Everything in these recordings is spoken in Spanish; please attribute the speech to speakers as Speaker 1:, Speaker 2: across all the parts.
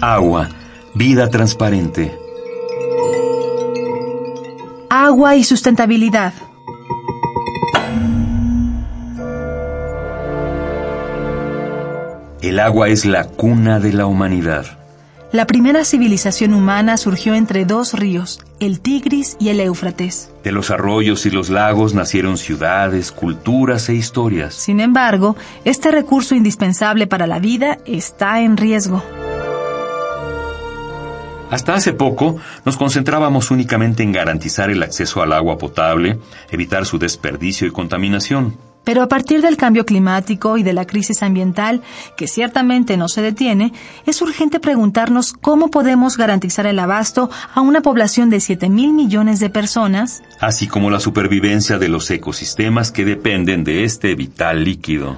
Speaker 1: Agua, vida transparente.
Speaker 2: Agua y sustentabilidad.
Speaker 1: El agua es la cuna de la humanidad.
Speaker 2: La primera civilización humana surgió entre dos ríos, el Tigris y el Éufrates.
Speaker 1: De los arroyos y los lagos nacieron ciudades, culturas e historias.
Speaker 2: Sin embargo, este recurso indispensable para la vida está en riesgo.
Speaker 1: Hasta hace poco nos concentrábamos únicamente en garantizar el acceso al agua potable, evitar su desperdicio y contaminación.
Speaker 2: Pero a partir del cambio climático y de la crisis ambiental, que ciertamente no se detiene, es urgente preguntarnos cómo podemos garantizar el abasto a una población de 7 mil millones de personas
Speaker 1: así como la supervivencia de los ecosistemas que dependen de este vital líquido.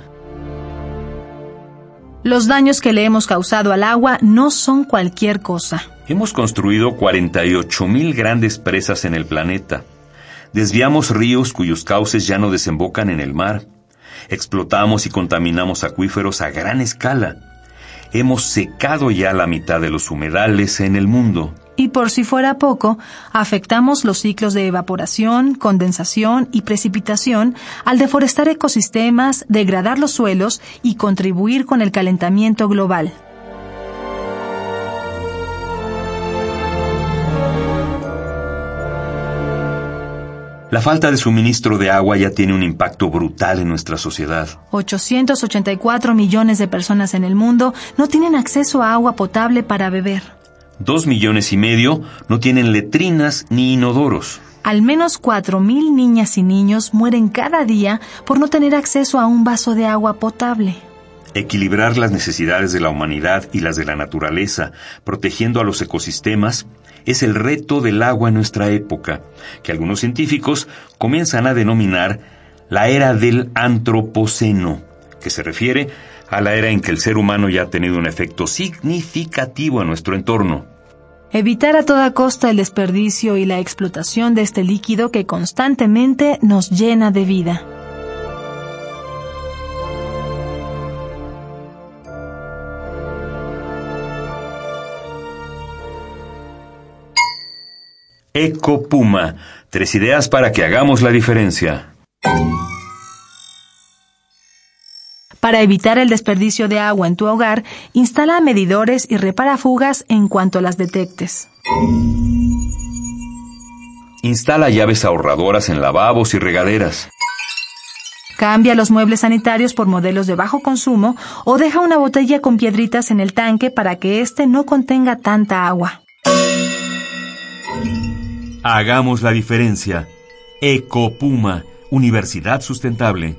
Speaker 2: Los daños que le hemos causado al agua no son cualquier cosa.
Speaker 1: Hemos construido 48.000 grandes presas en el planeta. Desviamos ríos cuyos cauces ya no desembocan en el mar. Explotamos y contaminamos acuíferos a gran escala. Hemos secado ya la mitad de los humedales en el mundo.
Speaker 2: Y por si fuera poco, afectamos los ciclos de evaporación, condensación y precipitación al deforestar ecosistemas, degradar los suelos y contribuir con el calentamiento global.
Speaker 1: La falta de suministro de agua ya tiene un impacto brutal en nuestra sociedad.
Speaker 2: 884 millones de personas en el mundo no tienen acceso a agua potable para beber.
Speaker 1: Dos millones y medio no tienen letrinas ni inodoros.
Speaker 2: Al menos 4.000 niñas y niños mueren cada día por no tener acceso a un vaso de agua potable.
Speaker 1: Equilibrar las necesidades de la humanidad y las de la naturaleza, protegiendo a los ecosistemas, es el reto del agua en nuestra época, que algunos científicos comienzan a denominar la era del antropoceno, que se refiere a la era en que el ser humano ya ha tenido un efecto significativo en nuestro entorno.
Speaker 2: Evitar a toda costa el desperdicio y la explotación de este líquido que constantemente nos llena de vida.
Speaker 1: Eco Puma, tres ideas para que hagamos la diferencia.
Speaker 2: Para evitar el desperdicio de agua en tu hogar, instala medidores y repara fugas en cuanto las detectes.
Speaker 1: Instala llaves ahorradoras en lavabos y regaderas.
Speaker 2: Cambia los muebles sanitarios por modelos de bajo consumo o deja una botella con piedritas en el tanque para que éste no contenga tanta agua.
Speaker 1: Hagamos la diferencia. Eco Puma, Universidad Sustentable.